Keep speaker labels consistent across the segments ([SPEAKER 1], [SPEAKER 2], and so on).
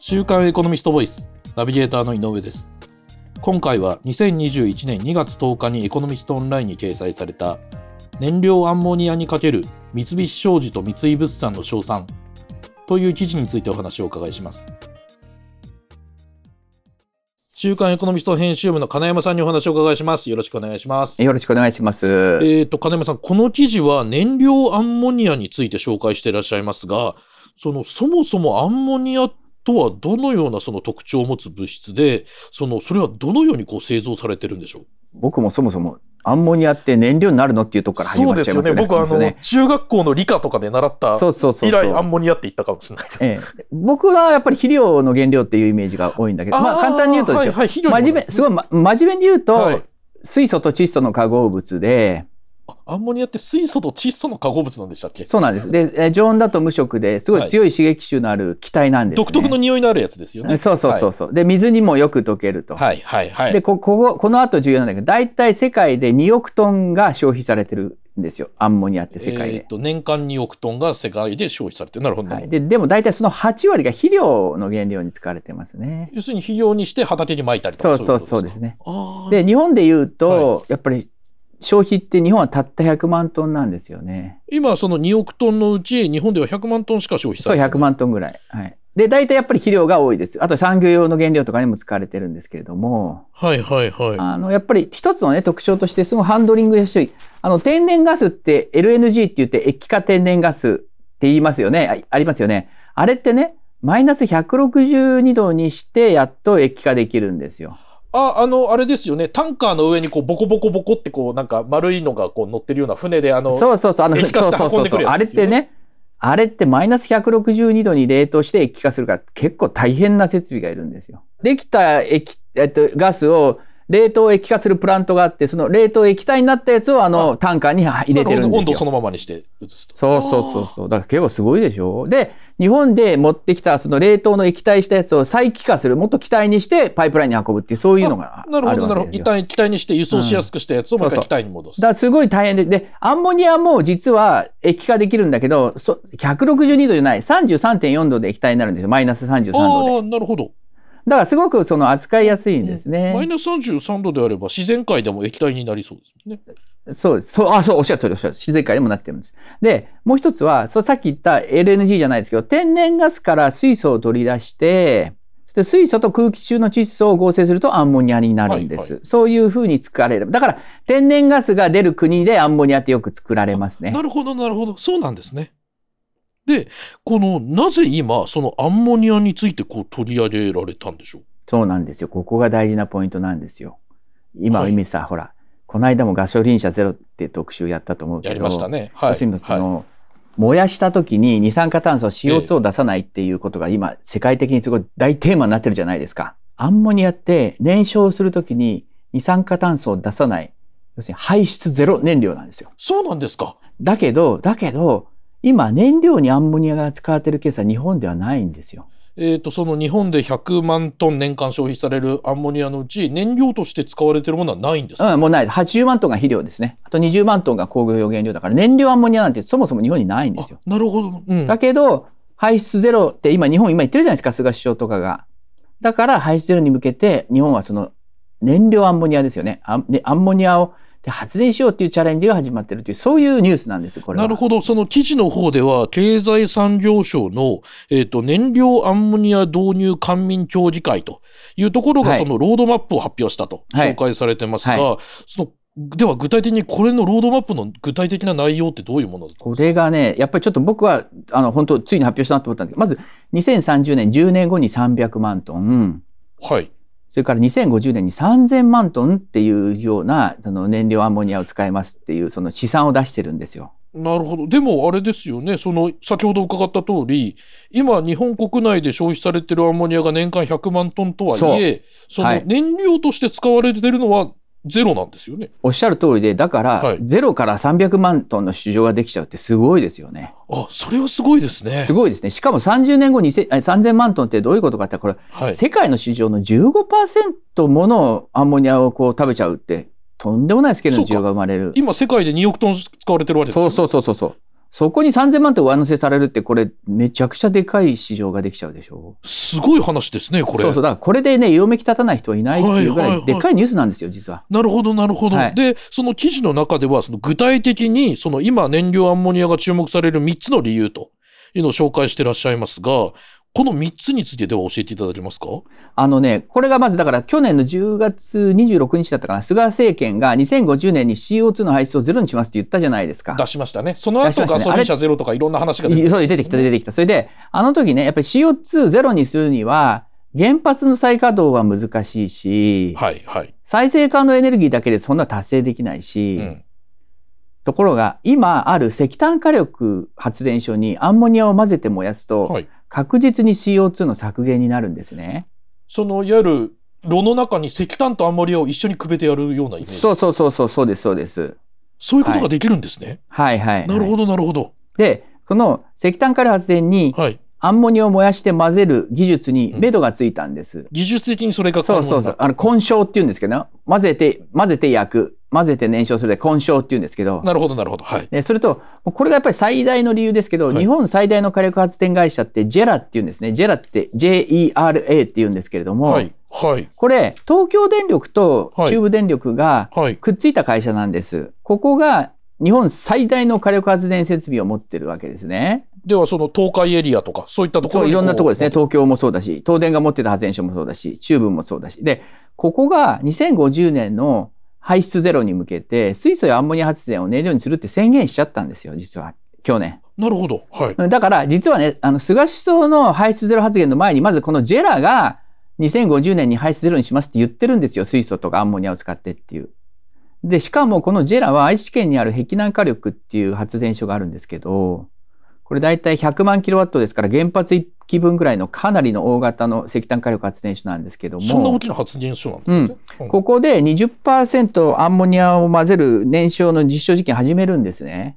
[SPEAKER 1] 週刊エコノミストボイスナビゲーターの井上です今回は2021年2月10日にエコノミストオンラインに掲載された燃料アンモニアにかける三菱商事と三井物産の称賛という記事についてお話をお伺いします週刊エコノミスト編集部の金山さんにお話をお伺いしますよろしくお願いします
[SPEAKER 2] よろしくお願いします。
[SPEAKER 1] えー、と金山さん、この記事は燃料アンモニアについて紹介していらっしゃいますが、そのそもそもアンモニアとはどのようなその特徴を持つ物質で、そのそれはどのようにこう製造されてるんでしょう
[SPEAKER 2] 僕もそもそもアンモニアって燃料になるのっていうとこから始
[SPEAKER 1] そ
[SPEAKER 2] ま
[SPEAKER 1] う
[SPEAKER 2] っ
[SPEAKER 1] で
[SPEAKER 2] ちゃ
[SPEAKER 1] す
[SPEAKER 2] い
[SPEAKER 1] よ
[SPEAKER 2] ま
[SPEAKER 1] ね、
[SPEAKER 2] すよね。
[SPEAKER 1] 僕あ
[SPEAKER 2] 普通
[SPEAKER 1] の、
[SPEAKER 2] ね
[SPEAKER 1] 中学校の理科とかで習った
[SPEAKER 2] そうそうそう
[SPEAKER 1] 以来、ア
[SPEAKER 2] そう。
[SPEAKER 1] ンモニアって言ったかもしれないです。
[SPEAKER 2] ええ、僕はやっぱり肥料の原料っていうイメージが多いんだけど、まあ簡単に言うとですよ。
[SPEAKER 1] はいはい、肥料にも
[SPEAKER 2] 真面目、すごい、ま、真面目に言うと、
[SPEAKER 1] はい
[SPEAKER 2] 水素と窒素の化合物で、
[SPEAKER 1] アンモニアって水素と窒素の化合物なんでしたっけ、
[SPEAKER 2] そうなんです。で、え常温だと無色ですごい強い刺激臭のある気体なんです、ね
[SPEAKER 1] 独特の匂いのあるやつですよね。
[SPEAKER 2] そうそうそうそう。で、水にもよく溶けると。
[SPEAKER 1] はいはいはい。
[SPEAKER 2] で、こ、ここ、この後重要なんだけど、大体世界で2億トンが消費されてるんですよ。アンモニアって世界
[SPEAKER 1] え
[SPEAKER 2] で
[SPEAKER 1] ー、。と年間2億トンが世界で消費されてる。なるほど、な
[SPEAKER 2] は
[SPEAKER 1] るほ
[SPEAKER 2] い、
[SPEAKER 1] ど
[SPEAKER 2] ででも大体その8割が肥料の原料に使われてますね。
[SPEAKER 1] 要するに肥料にして畑に撒いたりと
[SPEAKER 2] そ
[SPEAKER 1] か
[SPEAKER 2] うそうそうです
[SPEAKER 1] ね。
[SPEAKER 2] ね。
[SPEAKER 1] あー
[SPEAKER 2] で日本で言うと、やっぱり消費って日本はたった100万トンなんですよね。
[SPEAKER 1] 今その2億トンのうち日本では100万トンしか消費さ
[SPEAKER 2] そう
[SPEAKER 1] れてない。
[SPEAKER 2] 100万トンぐらい。はい、で大体やっぱり肥料が多いです。あと産業用の原料とかにも使われてるんですけれども、
[SPEAKER 1] はいはいは
[SPEAKER 2] あのやっぱり一つのね特徴としてすごいハンドリングやすい。あの天然ガスって LNG って言って液化天然ガスって言いますよね。あありますよね。あれってねマイナス162度にしてやっと液化できるんですよ。
[SPEAKER 1] い。あ、あの、あれですよね。タンカーの上にこうボコボコボコってこうなんか丸いのがこう乗ってるような船であの、
[SPEAKER 2] そうそうそう、あの、
[SPEAKER 1] 液化し
[SPEAKER 2] そう
[SPEAKER 1] て
[SPEAKER 2] そ
[SPEAKER 1] 運
[SPEAKER 2] う
[SPEAKER 1] ん
[SPEAKER 2] そう
[SPEAKER 1] でく
[SPEAKER 2] そう、
[SPEAKER 1] るや
[SPEAKER 2] あ
[SPEAKER 1] つ
[SPEAKER 2] れ
[SPEAKER 1] で
[SPEAKER 2] っ
[SPEAKER 1] すよ
[SPEAKER 2] て
[SPEAKER 1] ね
[SPEAKER 2] ね、あれってマイナス162度に冷凍して液化するから結構大変な設備がいるんですよ。できた液、えっと、ガスを冷凍液化するプラントがあって、その冷凍液体になったやつをあのタンカーには入れてるん
[SPEAKER 1] なほど温
[SPEAKER 2] で
[SPEAKER 1] 度
[SPEAKER 2] す
[SPEAKER 1] そ
[SPEAKER 2] よ。
[SPEAKER 1] のままにして移すと。
[SPEAKER 2] そうそうそうそう。だから結構すごいでしょで、日本で持ってきたその冷凍の液体したやつを再気化する、もっと気体にしてパイプラインに運ぶっていう、そういうのがある
[SPEAKER 1] なる
[SPEAKER 2] わ
[SPEAKER 1] ほ
[SPEAKER 2] けで
[SPEAKER 1] ど
[SPEAKER 2] すよ。
[SPEAKER 1] なるほど。一旦液体にして輸送しやすくしたやつをもう一回
[SPEAKER 2] そうそう
[SPEAKER 1] 気体に戻す。
[SPEAKER 2] だからすごい大変で、で、アンモニアも実は液化できるんだけど、そ162度じゃない、33.4度で液体になるんですよ。マイナス33度で。
[SPEAKER 1] ああ、なるほど。
[SPEAKER 2] だからすごくその扱いやすいんですね
[SPEAKER 1] マ。イナス33度であれば自然界でも液体になりそうですもんね。
[SPEAKER 2] そうです。そう、あ、そう、おっしゃる通り、おっしゃる通り。自然界にもなってるんです。で、もう一つは、そう、さっき言った LNG じゃないですけど、天然ガスから水素を取り出して、で水素と空気中の窒素を合成するとアンモニアになるんです。
[SPEAKER 1] はいは
[SPEAKER 2] そういうふうに作られる。だから、天然ガスが出る国でアンモニアってよく作られますね。
[SPEAKER 1] なるほど、なるほど。そうなんですね。で、この、なぜ今、そのアンモニアについてこう取り上げられたんでしょう
[SPEAKER 2] そうなんですよ。ここが大事なポイントなんですよ。今、
[SPEAKER 1] はい
[SPEAKER 2] 海さ、ほら、この間もガソリン車ゼロって特集やったと思うけど、
[SPEAKER 1] やりましたね。はい。
[SPEAKER 2] 要するにそ
[SPEAKER 1] はい
[SPEAKER 2] の、燃やした時に二酸化炭素 CO2 を出さないっていうことが今、世界的にすごい大テーマになってるじゃないですか。アンモニアって燃焼するときに二酸化炭素を出さない、要するに排出ゼロ燃料なんですよ。
[SPEAKER 1] そうなんですか。
[SPEAKER 2] だけど、だけど、今燃料にアンモニアが使われてるケースは日本ではないんですよ。
[SPEAKER 1] えっ、と、その日本で100万トン年間消費されるアンモニアのうち、燃料として使われているものはないんですか、
[SPEAKER 2] うん、もうない。80万トンが肥料ですね。あと20万トンが工業用原料だから、燃料アンモニアなんてそもそも日本にないんですよ
[SPEAKER 1] あ。なるほど。うん。
[SPEAKER 2] だけど、排出ゼロって今日本今言ってるじゃないですか、菅首相とかが。だから排出ゼロに向けて、日本はその燃料アンモニアですよね。アンねアンモニアをで発電しようっていうチャレンジが始まってるという、そういうニュースなんですよ、これは。
[SPEAKER 1] なるほど。その記事の方では、経済産業省の、えっ、と、燃料アンモニア導入官民協議会というところが、
[SPEAKER 2] はい
[SPEAKER 1] そのロードマップを発表したと
[SPEAKER 2] はい
[SPEAKER 1] 紹介されてますが、
[SPEAKER 2] は
[SPEAKER 1] その、では具体的にこれのロードマップの具体的な内容ってどういうものだったん
[SPEAKER 2] こ
[SPEAKER 1] ですか
[SPEAKER 2] れがね、やっぱりちょっと僕は、あの、本当ついに発表したなと思ったんですけど、まず2030年、10年後に300万トン。
[SPEAKER 1] はい。
[SPEAKER 2] それから2050年に3000万トンっていうようなその燃料アンモニアを使いますっていうその試算を出してるんですよ。
[SPEAKER 1] なるほど。でも、あれですよね。その、先ほど伺った通り、今、日本国内で消費されてるアンモニアが年間100万トンとはいえ、そ
[SPEAKER 2] は
[SPEAKER 1] の
[SPEAKER 2] い
[SPEAKER 1] 燃料として使われてるのはゼロなんですよね。
[SPEAKER 2] おっしゃる通りで、だ
[SPEAKER 1] は
[SPEAKER 2] から
[SPEAKER 1] い
[SPEAKER 2] ゼロから300万トンの市場ができちゃうってすごいですよね。
[SPEAKER 1] あ、それはすごいですね
[SPEAKER 2] す。ごいですね。しかも30年後に2000あ3000万トンってどういうことかってこれ、
[SPEAKER 1] はい。
[SPEAKER 2] 世界の市場の15%ものアンモニアをこう食べちゃうってとんでもないスケールの需要が生まれる。
[SPEAKER 1] 今世界で2億トン使われてるわけです
[SPEAKER 2] そう
[SPEAKER 1] よ
[SPEAKER 2] そうそうそうそう。そこに3000万って上乗せされるって、これ、めちゃくちゃでかい市場ができちゃうでしょ
[SPEAKER 1] すごい話ですね、これ。
[SPEAKER 2] そうそう、だからこれでね、色めき立たない人はいないっていうぐ
[SPEAKER 1] はい
[SPEAKER 2] ら
[SPEAKER 1] はい
[SPEAKER 2] い、
[SPEAKER 1] はい
[SPEAKER 2] でっかいニュースなんですよ、実は。
[SPEAKER 1] なるほど、なるほど。
[SPEAKER 2] はい
[SPEAKER 1] で、その記事の中では、その具体的に、その今燃料アンモニアが注目される3つの理由というのを紹介してらっしゃいますが、この3つについてでは教えていただけますか
[SPEAKER 2] あのね、これがまずだから去年の10月26日だったかな、菅政権が2050年に CO2 の排出をゼロにしますって言ったじゃないですか。
[SPEAKER 1] 出しましたね。その後、
[SPEAKER 2] 出しま
[SPEAKER 1] ガ
[SPEAKER 2] したね
[SPEAKER 1] ソリン車ゼロとかいろんな話が出てき
[SPEAKER 2] そう出てきた出てきた。それで、あの時ね、やっぱり CO2 ゼロにするには、原発の再稼働は難しいし、
[SPEAKER 1] はい、はい。
[SPEAKER 2] 再生可能エネルギーだけでそんな達成できないうし、
[SPEAKER 1] ん。
[SPEAKER 2] ところが今ある石炭火力発電所にアンモニアを混ぜて燃やすと、
[SPEAKER 1] はい。
[SPEAKER 2] 確実に CO2 の削減になるんですね。
[SPEAKER 1] その、いわゆる、炉の中に石炭とアンモニアを一緒にくべてやるようなイメージ。
[SPEAKER 2] そうそうそうそうそうですそうです。
[SPEAKER 1] そういうことができるんですね。
[SPEAKER 2] はいはい、はい。
[SPEAKER 1] なるほど、なるほど。
[SPEAKER 2] で、この石炭火力発電に
[SPEAKER 1] はい。
[SPEAKER 2] アンモニアを燃やして混ぜる技術に
[SPEAKER 1] うん
[SPEAKER 2] 目処がついたんです。
[SPEAKER 1] 技術的にそれが可
[SPEAKER 2] そ
[SPEAKER 1] 能
[SPEAKER 2] う
[SPEAKER 1] な
[SPEAKER 2] そうそう。あの、混焼って言うんですけどね、混ぜて、混ぜて焼く、混ぜて燃焼するで混焼って言うんですけど、
[SPEAKER 1] なるほど、なるほど。はい。
[SPEAKER 2] でそれと、これがやっぱり最大の理由ですけど、
[SPEAKER 1] はい
[SPEAKER 2] 日本最大の火力発電会社ってジェラって言うんですね。ジェラって JERA って言うんですけれども、
[SPEAKER 1] はい。はい。
[SPEAKER 2] これ、東京電力と
[SPEAKER 1] はい
[SPEAKER 2] 中部電力が
[SPEAKER 1] はい。
[SPEAKER 2] くっついた会社なんです。ここが日本最大の火力発電設備を持ってるわけですね。
[SPEAKER 1] では、その東海エリアとか、そういったとこ
[SPEAKER 2] そ
[SPEAKER 1] ろ
[SPEAKER 2] う
[SPEAKER 1] に
[SPEAKER 2] いろんなところですね。
[SPEAKER 1] う
[SPEAKER 2] 東京もそうだし、東電が持ってた発電所もそうだし、中部もそうだし。で、ここが2050年の排出ゼロに向けて、水素やアンモニア発電を燃料にするって宣言しちゃったんですよ、実は。去年。
[SPEAKER 1] なるほど。はい。
[SPEAKER 2] だから、実はね、あの、菅首相の排出ゼロ発言の前に、まずこのジェラが2050年に排出ゼロにしますって言ってるんですよ。水素とかアンモニアを使ってっていう。で、しかもこのジェラは愛知県にある碧南火力っていう発電所があるんですけど、これ大体100万キロワットですから原発1基分ぐらいのかなりの大型の石炭火力発電所なんですけども。
[SPEAKER 1] そんな大きな発言書なんですね。うん
[SPEAKER 2] ここで20%アンモニアを混ぜる燃焼の実証実験始めるんですね。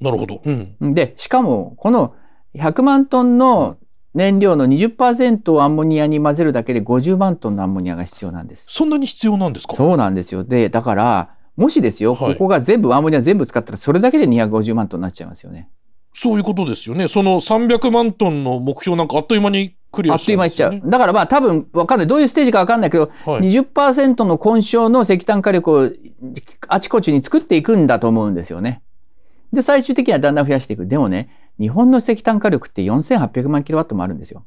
[SPEAKER 1] なるほど。うん。
[SPEAKER 2] で、しかも、この100万トンの燃料の20%をアンモニアに混ぜるだけで50万トンのアンモニアが必要なんです。
[SPEAKER 1] そんなに必要なんですか
[SPEAKER 2] そうなんですよ。で、だから、もしですよ、
[SPEAKER 1] はい
[SPEAKER 2] ここが全部、アンモニア全部使ったら、それだけで250万トンになっちゃいますよね。
[SPEAKER 1] そういうことですよね。その300万トンの目標なんかあっという間にクリ
[SPEAKER 2] あ
[SPEAKER 1] ア
[SPEAKER 2] っ
[SPEAKER 1] し
[SPEAKER 2] と
[SPEAKER 1] ち
[SPEAKER 2] い
[SPEAKER 1] ゃう
[SPEAKER 2] う間
[SPEAKER 1] ん
[SPEAKER 2] いっ
[SPEAKER 1] です
[SPEAKER 2] ちゃ
[SPEAKER 1] よ
[SPEAKER 2] う
[SPEAKER 1] ね。。
[SPEAKER 2] だからまあ、多分、わかんない。どういうステージかわかんないけど、
[SPEAKER 1] はい。
[SPEAKER 2] 20%の混焼の石炭火力をあちこちに作っていくんだと思うんですよね。で、最終的にはだんだん増やしていく。でもね、日本の石炭火力って4800万キロワットもあるんですよ。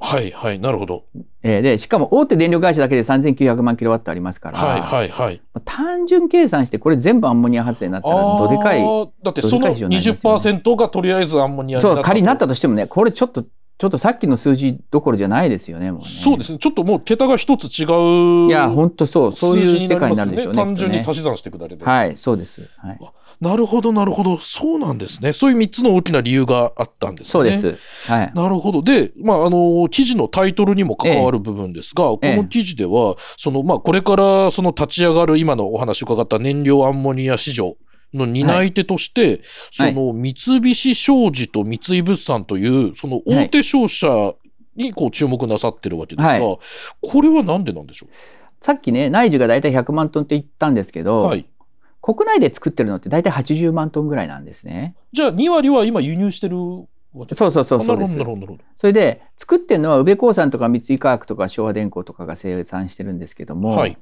[SPEAKER 1] はいはい。なるほど。
[SPEAKER 2] えーで、しかも大手電力会社だけで3900万キロワットありますから、
[SPEAKER 1] はいはいはい。
[SPEAKER 2] 単純計算してこれ全部アンモニア発電になったらどでかい、
[SPEAKER 1] あーだってそ
[SPEAKER 2] ど
[SPEAKER 1] の
[SPEAKER 2] でかい市場になりますよね
[SPEAKER 1] 20%がとりあえずアンモニアになった
[SPEAKER 2] そう、
[SPEAKER 1] と
[SPEAKER 2] 仮になったとしてもね、これちょっと、ちょっとさっきの数字どころじゃないですよね、もうね。
[SPEAKER 1] そうですね。ちょっともう桁が一つ違う。
[SPEAKER 2] いや、本当そう、そう
[SPEAKER 1] 数字
[SPEAKER 2] いう
[SPEAKER 1] にな
[SPEAKER 2] 世界
[SPEAKER 1] り
[SPEAKER 2] に
[SPEAKER 1] ます
[SPEAKER 2] なるでしょ
[SPEAKER 1] よ
[SPEAKER 2] う
[SPEAKER 1] ね。
[SPEAKER 2] ね。
[SPEAKER 1] 単純に
[SPEAKER 2] きっとね
[SPEAKER 1] 足し算してくだけで。
[SPEAKER 2] はい、そうです。はい、
[SPEAKER 1] なるほどなるほど。そうなんですね。そういう3つの大きな理由があったんですね。
[SPEAKER 2] そうです。はい。
[SPEAKER 1] なるほど。で、まあ、あの、記事のタイトルにも関わる部分ですが、こ
[SPEAKER 2] ええ
[SPEAKER 1] の記事では、その、まあ、これから、その立ち上がる今のお話伺った燃料アンモニア市場の担い手として、その、三菱商事と三井物産という、その大手商社に、こう、注目なさってるわけですが、
[SPEAKER 2] はい
[SPEAKER 1] これはなんでなんでしょ
[SPEAKER 2] さっきね、内需が大体100万トンって言ったんですけ
[SPEAKER 1] う
[SPEAKER 2] ど、
[SPEAKER 1] はい。
[SPEAKER 2] 国内で作ってるのって大体80万トンぐらいなんですね。
[SPEAKER 1] じゃあ、2割は今輸入してるわけですか
[SPEAKER 2] そうそうそうそうです
[SPEAKER 1] あなるほど、なるほど、なるほど。
[SPEAKER 2] それで、作ってるのは宇部興産とか三井化学とか昭和電工とかが生産してるんですけども、
[SPEAKER 1] はい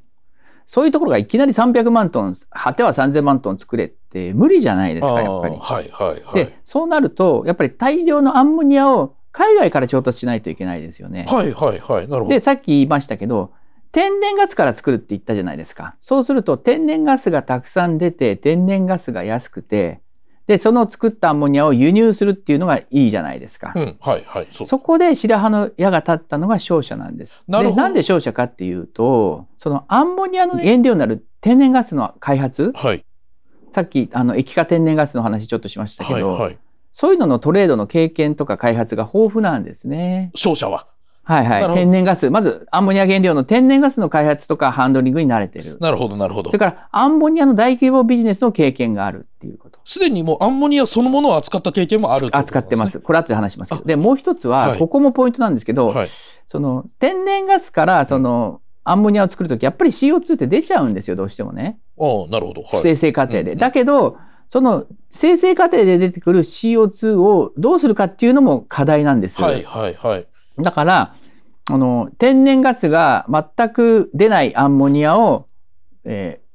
[SPEAKER 2] そういうところがいきなり300万トン、果ては3000万トン作れって無理じゃないですか、やっぱり。
[SPEAKER 1] あーはい、はい、はい。
[SPEAKER 2] で、そうなると、やっぱり大量のアンモニアを海外から調達しないといけないですよね。
[SPEAKER 1] はい、はい、はい。なるほど
[SPEAKER 2] で、。さっき言いましたけど、天然ガスから作るって言ったじゃないですか。そうすると、天然ガスがたくさん出て、天然ガスが安くて、で、その作ったアンモニアを輸入するっていうのがいいじゃないですか。
[SPEAKER 1] うん、はい、はい、そう。
[SPEAKER 2] そこで白羽の矢が立ったのが商社なんです。
[SPEAKER 1] なるほど
[SPEAKER 2] でなんで商社かっていうと、そのアンモニアの原料になる天然ガスの開発、
[SPEAKER 1] はい、
[SPEAKER 2] さっきあの液化天然ガスの話ちょっとしましたけ
[SPEAKER 1] はい、
[SPEAKER 2] ど、
[SPEAKER 1] はい。
[SPEAKER 2] そういうののトレードの経験とか開発が豊富なんですね。
[SPEAKER 1] 商社は。
[SPEAKER 2] はいは
[SPEAKER 1] なるほ
[SPEAKER 2] い。
[SPEAKER 1] ど
[SPEAKER 2] 天然ガス。まずアンモニア原料の天然ガスの開発とかハンドリングに慣れてる。
[SPEAKER 1] なるほど、なるほど
[SPEAKER 2] それ。からアンモニアの大規模ビジネスの経験があるっていうこと。
[SPEAKER 1] すでにもうアンモニアそのものを扱った経験もあるってことなんですね
[SPEAKER 2] 扱ってます。。これ後で話しますけど。
[SPEAKER 1] あ
[SPEAKER 2] で、もう一つは、
[SPEAKER 1] はい
[SPEAKER 2] ここもポイントなんですけど、
[SPEAKER 1] はい。
[SPEAKER 2] その天然ガスからそのアンモニアを作るときやっぱり CO2 って出ちゃうんですよどうしてもね
[SPEAKER 1] ああ、なるほど。はい。
[SPEAKER 2] 生成過程で、
[SPEAKER 1] うんうん
[SPEAKER 2] だけどその生成過程で出てくる CO2 をどうするかっていうのも課題なんです。
[SPEAKER 1] はいはいはい。
[SPEAKER 2] だから、あの、天然ガスが全く出ないアンモニアを、えー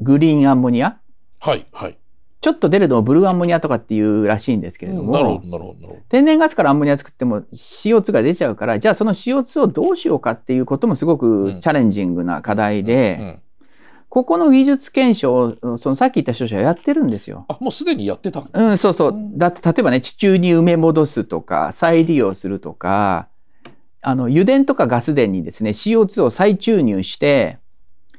[SPEAKER 2] グリーンアンモニア
[SPEAKER 1] はいはい。
[SPEAKER 2] ちょっと出るのをブルーアンモニアとかっていうらしいんですけれども、
[SPEAKER 1] なるほどなるほどなるほ
[SPEAKER 2] 天然ガスからアンモニア作っても CO2 が出ちゃうから、じゃあその CO2 をどうしようかっていうこともすご
[SPEAKER 1] う
[SPEAKER 2] く
[SPEAKER 1] ん
[SPEAKER 2] チャレンジングな課題
[SPEAKER 1] ど。
[SPEAKER 2] で、
[SPEAKER 1] うんうん
[SPEAKER 2] ここの技術検証を、そのさっき言った商社はやってるんですよ。
[SPEAKER 1] あもうすでにやってたんだ。
[SPEAKER 2] うん、そうそう
[SPEAKER 1] う。ん
[SPEAKER 2] だって例えばね、地中に埋め戻すとか、再利用するとか、あの、油田とかガス田にですね、CO2 を再注入して、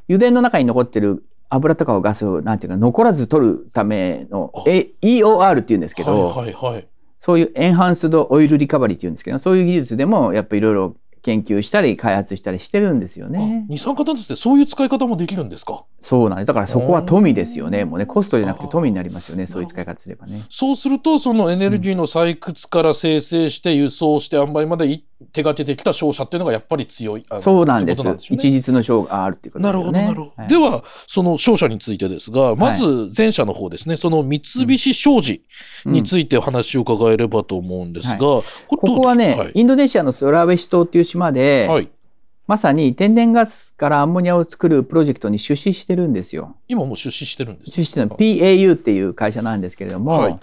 [SPEAKER 2] 油田の中に残ってる油とかをガスを、なんていうか、残らず取るための
[SPEAKER 1] あ、
[SPEAKER 2] え EOR っていうんですけど、
[SPEAKER 1] はいはいはい。
[SPEAKER 2] そういうエンハンスドオイルリカバリーっていうんですけど、そういう技術でもやっぱいろいろ研究したり開発したりしてるんですよ
[SPEAKER 1] あ。
[SPEAKER 2] ね
[SPEAKER 1] 二酸化炭素ってそういう使い方もできるんですか。
[SPEAKER 2] そうなんです。だからそこは富ですよね。
[SPEAKER 1] うん
[SPEAKER 2] もうね、コストじゃなくて富になりますよね。そういう使い方すればね。
[SPEAKER 1] そうするとそのエネルギーの採掘から生成して輸送して販売までい手がけてきた商社っていうのがやっぱり強い。あの
[SPEAKER 2] そうなんです。
[SPEAKER 1] ってことよね
[SPEAKER 2] 一日の賞があるっていうこと
[SPEAKER 1] な
[SPEAKER 2] です
[SPEAKER 1] る
[SPEAKER 2] よ
[SPEAKER 1] ほど、な
[SPEAKER 2] ね。
[SPEAKER 1] るほど。
[SPEAKER 2] はい
[SPEAKER 1] では、その商社についてですが、まず前者の方ですね、その三菱商事についてお話を伺えればと思うんですが、こ
[SPEAKER 2] ここはね、インドネシアのスラウェシ島っていう島で、
[SPEAKER 1] い、はい。
[SPEAKER 2] まさに天然ガスからアンモニアを作るプロジェクトに出資してるんですよ。
[SPEAKER 1] 今もう出資してるんです
[SPEAKER 2] 出資っていうのは PAU っていう会社なんですけれども、
[SPEAKER 1] はい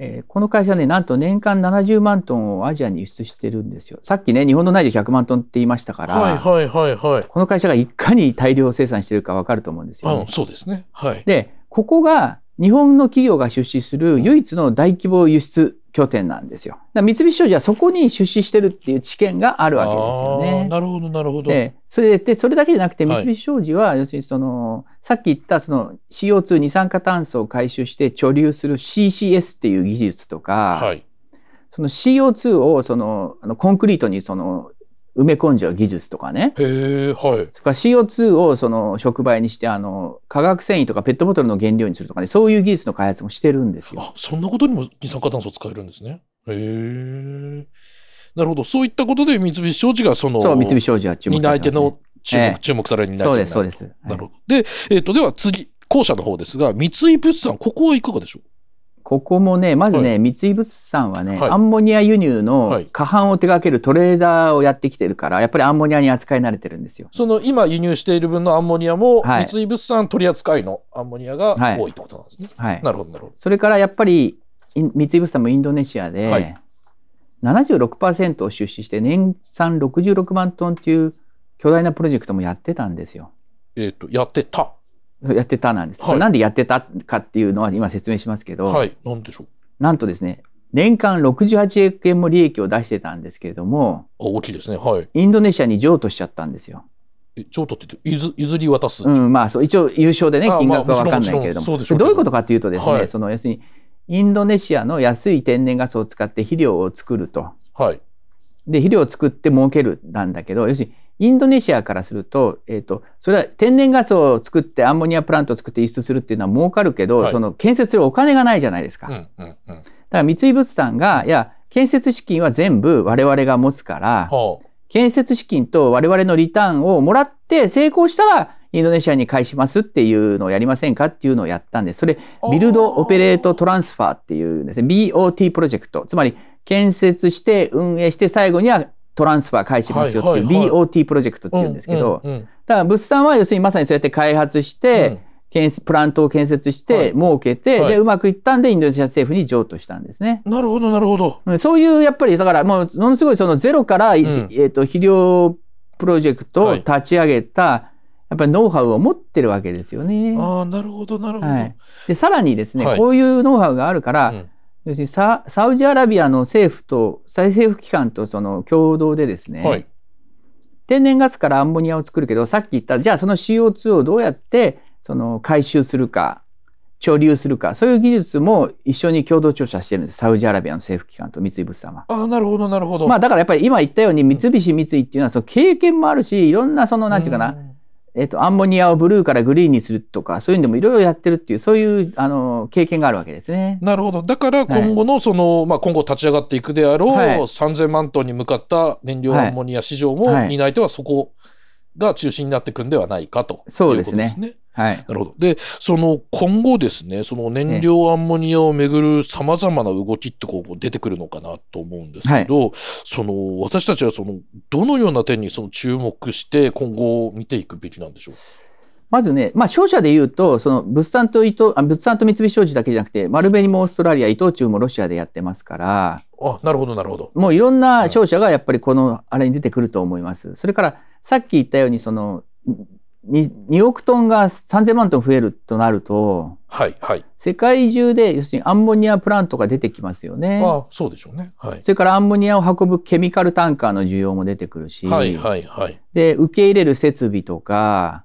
[SPEAKER 2] えーこの会社ね、なんと年間70万トンをアジアに輸出してるんですよ。さっきね、日本の内需100万トンって言いましたから、
[SPEAKER 1] はいはいはいはい。
[SPEAKER 2] この会社がいかに大量生産してるかわかると思うんですよ、ね
[SPEAKER 1] うん、そうですね。はい。
[SPEAKER 2] で、ここが日本の企業が出資する唯一の大規模輸出拠点なんですよ。だから三菱商事はそこに出資してるっていう知見があるわけですよ
[SPEAKER 1] あー
[SPEAKER 2] ね。
[SPEAKER 1] なるほどなるほど。
[SPEAKER 2] でそれででそれだけじゃなくて
[SPEAKER 1] は
[SPEAKER 2] 三
[SPEAKER 1] い
[SPEAKER 2] 菱商事は要するにその、さっき言ったその CO2 二酸化炭素を回収して貯留する CCS っていう技術とか、
[SPEAKER 1] はい。
[SPEAKER 2] その CO2 をそのあのコンクリートにその埋め込んじゃう技術とかね
[SPEAKER 1] へえ、はい。
[SPEAKER 2] それから CO2 をその触媒にしてあの化学繊維とかペットボトルの原料にするとかねそういう技術の開発もしてるんですよ。
[SPEAKER 1] あ、そんなことにも二酸化炭素使えるんですね。へえ。なるほど。そういったことで三菱商事がその、
[SPEAKER 2] そう三菱商事は注目さ
[SPEAKER 1] 担
[SPEAKER 2] れ
[SPEAKER 1] い
[SPEAKER 2] て
[SPEAKER 1] 手
[SPEAKER 2] ますね
[SPEAKER 1] の注目、
[SPEAKER 2] ええ
[SPEAKER 1] 注目される担い手
[SPEAKER 2] そう
[SPEAKER 1] にな
[SPEAKER 2] で
[SPEAKER 1] る
[SPEAKER 2] すそうです。はい
[SPEAKER 1] なるほど。で、えっ、と、では次、後者の方ですが、三井物産、ここはいかがでしょ
[SPEAKER 2] ここもねまずね、
[SPEAKER 1] は
[SPEAKER 2] 三井物産はね、
[SPEAKER 1] はい
[SPEAKER 2] アンモニア輸入
[SPEAKER 1] は
[SPEAKER 2] の
[SPEAKER 1] い
[SPEAKER 2] 過半を手掛けるトレーダーをやってきてるからやっぱりアンモニアに扱い慣れてるんですよ。
[SPEAKER 1] うその今輸入している分のアンモニアも、
[SPEAKER 2] はい
[SPEAKER 1] 三井物産取り扱いのアンモニアが
[SPEAKER 2] はい
[SPEAKER 1] 多いってことなんですね。
[SPEAKER 2] はい、
[SPEAKER 1] なるほど、なるほど。
[SPEAKER 2] それからやっぱりイン三井物産もインドネシアで、
[SPEAKER 1] はい
[SPEAKER 2] 76%を出資して年産66万トンっていう巨大なプロジェクトもやってたんですよ。
[SPEAKER 1] えっ、と、やってた。
[SPEAKER 2] やってたなんです。
[SPEAKER 1] はい
[SPEAKER 2] なんでやってたかっていうのは今説明しますけど、
[SPEAKER 1] はい。なんでしょう。
[SPEAKER 2] なんとですね、年間68億円も利益を出してたんですけれども、
[SPEAKER 1] あ大きいですね。はい。
[SPEAKER 2] インドネシアに譲渡しちゃったんですよ。
[SPEAKER 1] え譲渡って言って、譲譲り渡す。
[SPEAKER 2] うん、まあそう、一応優勝でね、
[SPEAKER 1] あ
[SPEAKER 2] 金額は
[SPEAKER 1] まあ
[SPEAKER 2] わかん
[SPEAKER 1] も
[SPEAKER 2] な
[SPEAKER 1] ち
[SPEAKER 2] い
[SPEAKER 1] ろん
[SPEAKER 2] けれど
[SPEAKER 1] もちろんそう
[SPEAKER 2] も、
[SPEAKER 1] でしょうけど
[SPEAKER 2] どういうことかっていうとですね、
[SPEAKER 1] はい
[SPEAKER 2] その要するに、インドネシアの安い天然ガスを使って肥料を作ると。
[SPEAKER 1] はい。
[SPEAKER 2] で、肥料を作って儲けるなんだけど、要するに、インドネシアからすると、えっ、と、それは天然ガスを作ってアンモニアプラントを作って輸出するっていうのは儲かるけど、
[SPEAKER 1] はい
[SPEAKER 2] その建設するお金がないじゃないですか。
[SPEAKER 1] う
[SPEAKER 2] だか
[SPEAKER 1] ん、うん、うん。
[SPEAKER 2] ら三井物産が、いや、建設資金は全部我々が持つから、
[SPEAKER 1] は
[SPEAKER 2] 建設資金と我々のリターンをもらって成功したら、インドネシアに返しますっていうのをやりませんかっていうのをやったんで、それ、
[SPEAKER 1] あ。
[SPEAKER 2] ビルド・オペレート・ト
[SPEAKER 1] ラ
[SPEAKER 2] ランスファーっていうですね、BOT プロジェクト。つまり、建設して、運営して、最後にはトランスファー返しますよってい
[SPEAKER 1] はい
[SPEAKER 2] う
[SPEAKER 1] はいはい
[SPEAKER 2] BOT プロジェクトっていうんですけど、
[SPEAKER 1] うん、うん
[SPEAKER 2] だから物産は要するにまさにそうやって開発し
[SPEAKER 1] う
[SPEAKER 2] て
[SPEAKER 1] ん、
[SPEAKER 2] 建設プラントを建設し
[SPEAKER 1] はい
[SPEAKER 2] て、儲けて、
[SPEAKER 1] はい
[SPEAKER 2] で、うまくいったんで、インドネシア政府に譲渡したんですね。
[SPEAKER 1] なるほど、なるほど。
[SPEAKER 2] うんそういう、やっぱり、だから、もう、ものすごい、そのゼロから、い
[SPEAKER 1] うん
[SPEAKER 2] えっと、肥料プロジェクトを
[SPEAKER 1] はい
[SPEAKER 2] 立ち上げた、やっぱりノウハウを持ってるわけですよね。
[SPEAKER 1] ああ、なるほど、なるほど。
[SPEAKER 2] はい、でさらにですね、
[SPEAKER 1] はい
[SPEAKER 2] こういうノウハウがあるから、
[SPEAKER 1] うん
[SPEAKER 2] 要するにササウジアラビアの政府と再政府機関とその共同でですね、
[SPEAKER 1] はい。
[SPEAKER 2] 天然ガスからアンモニアを作るけどさっき言ったじゃあその CO2 をどうやってその回収するか貯留するかそういう技術も一緒に共同調査してるんですサウジアラビアの政府機関と三井物産は。
[SPEAKER 1] ああ、なるほど、なるほど。
[SPEAKER 2] まあ、だからやっぱり今言ったように三菱三井っていうのはその経験もあるしいろんなそのなんていうかな、
[SPEAKER 1] ん
[SPEAKER 2] えっとアンモニアをブルーからグリーンにするとかそういうのもいろいろやってるっていうそういうあの経験があるわけですね。
[SPEAKER 1] なるほど。だから今後のその、まあ今後立ち上がっていくであろう、
[SPEAKER 2] はい
[SPEAKER 1] 3000万トンに向かった燃料アンモニア市場も
[SPEAKER 2] はい
[SPEAKER 1] 担い手はそこが中心になっていくんではないかということ
[SPEAKER 2] そうですね
[SPEAKER 1] ね。
[SPEAKER 2] はい。
[SPEAKER 1] なるほど。で、その今後ですね、その燃料アンモニアをめぐるさまざまな動きってこう出てくるのかなと思うんですけど、その私たちはそのどのような点にその注目して今後を見ていくべきなんでしょうか。
[SPEAKER 2] まずね、まあ、商社で言うと、その物産と伊藤、あ物産と三菱商事だけじゃなくて、丸紅もオーストラリア、伊藤忠もロシアでやってますから、
[SPEAKER 1] あ、なるほど、なるほど。
[SPEAKER 2] もういろんな商社がやっぱりこのあれに出てくると思います。それから、さっき言ったように、その、に2億トンが3000万トン増えるとなると、
[SPEAKER 1] はい、はい。
[SPEAKER 2] 世界中で要するにアンモニアプラントが出てきますよね。
[SPEAKER 1] あ、そうでしょうね。はい。
[SPEAKER 2] それからアンモニアを運ぶケミカルタンカーの需要も出てくるし、
[SPEAKER 1] はい、はい、はい。
[SPEAKER 2] で、受け入れる設備とか、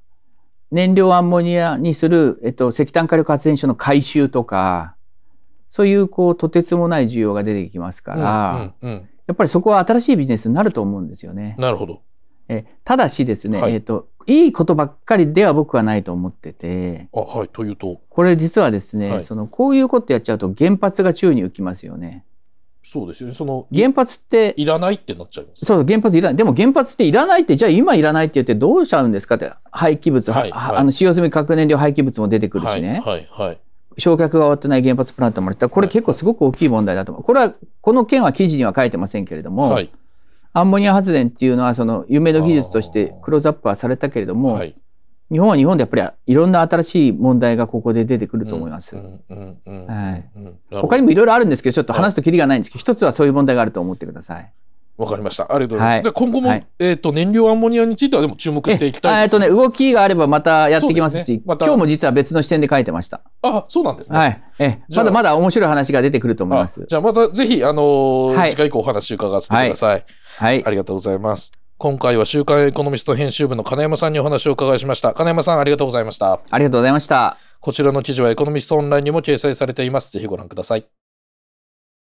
[SPEAKER 2] 燃料アンモニアにする、えっと、石炭火力発電所の改修とか、そういう、こう、とてつもない需要が出てきますから、
[SPEAKER 1] うん、うん、
[SPEAKER 2] やっぱりそこは新しいビジネスになると思うんですよね
[SPEAKER 1] うん。。なるほど。
[SPEAKER 2] えただしですね、
[SPEAKER 1] はい
[SPEAKER 2] い、えっと、いいことばっかりでは僕はないと思ってて、
[SPEAKER 1] あ、はい。というと、
[SPEAKER 2] これ実はですね、
[SPEAKER 1] はい
[SPEAKER 2] その、こういうことやっちゃうと原発が宙に浮きますよね。
[SPEAKER 1] そうですよね。その、い
[SPEAKER 2] 原発って、
[SPEAKER 1] いらないってなっちゃいます。
[SPEAKER 2] そう、原発いらない。でも原発っていらないって、じゃあ今いらないって言ってどうしちゃうんですかって、廃棄物、
[SPEAKER 1] はい
[SPEAKER 2] は
[SPEAKER 1] はい
[SPEAKER 2] あの使用済み核燃料廃棄物も出てくる
[SPEAKER 1] は
[SPEAKER 2] し
[SPEAKER 1] い、
[SPEAKER 2] ね、
[SPEAKER 1] はい、はい。
[SPEAKER 2] 焼却が終わってない原発プラントもあるこれ
[SPEAKER 1] はい
[SPEAKER 2] 結構すごく大きい問題だと思う。これは、この件は記事には書いてませんけれども、
[SPEAKER 1] はい、
[SPEAKER 2] アンモニア発電っていうのは、その夢の技術としてクローズアップはされたけれども、
[SPEAKER 1] はい。
[SPEAKER 2] 日本は日本でやっぱりいろんな新しい問題がここで出てくると思います。
[SPEAKER 1] うん、うん、うん。
[SPEAKER 2] はい
[SPEAKER 1] うん。うん
[SPEAKER 2] 他にもいろいろあるんですけど、ちょっと
[SPEAKER 1] はい
[SPEAKER 2] 話すとキリがないんですけど、一つはそういう問題があると思ってください。
[SPEAKER 1] わかりました。ありがとうございます。
[SPEAKER 2] はい
[SPEAKER 1] で今後も、
[SPEAKER 2] はい
[SPEAKER 1] えっ、と燃料アンモニアについてはでも注目していきた
[SPEAKER 2] え
[SPEAKER 1] い
[SPEAKER 2] え
[SPEAKER 1] で
[SPEAKER 2] っと
[SPEAKER 1] す、
[SPEAKER 2] ね、動きがあればまたやってきま
[SPEAKER 1] そ
[SPEAKER 2] す
[SPEAKER 1] うです
[SPEAKER 2] し
[SPEAKER 1] ね、また
[SPEAKER 2] 今日も実は別の視点で書いてました。
[SPEAKER 1] あ、そうなんですね。
[SPEAKER 2] はい。ええ
[SPEAKER 1] じゃあ
[SPEAKER 2] まだまだ面白い話が出てくると思いま
[SPEAKER 1] あ
[SPEAKER 2] す。
[SPEAKER 1] じゃあまたぜひあのー
[SPEAKER 2] はい
[SPEAKER 1] 次回以降お話伺わせてください。
[SPEAKER 2] はい
[SPEAKER 1] あ。りがとうございます。今回は週刊エコノミスト編集部の金山さんにお話を伺いしました。金山さんありがとうございました。
[SPEAKER 2] ありがとうございました。
[SPEAKER 1] こちらの記事はエコノミストオンラインにも掲載されています。ぜひご覧ください。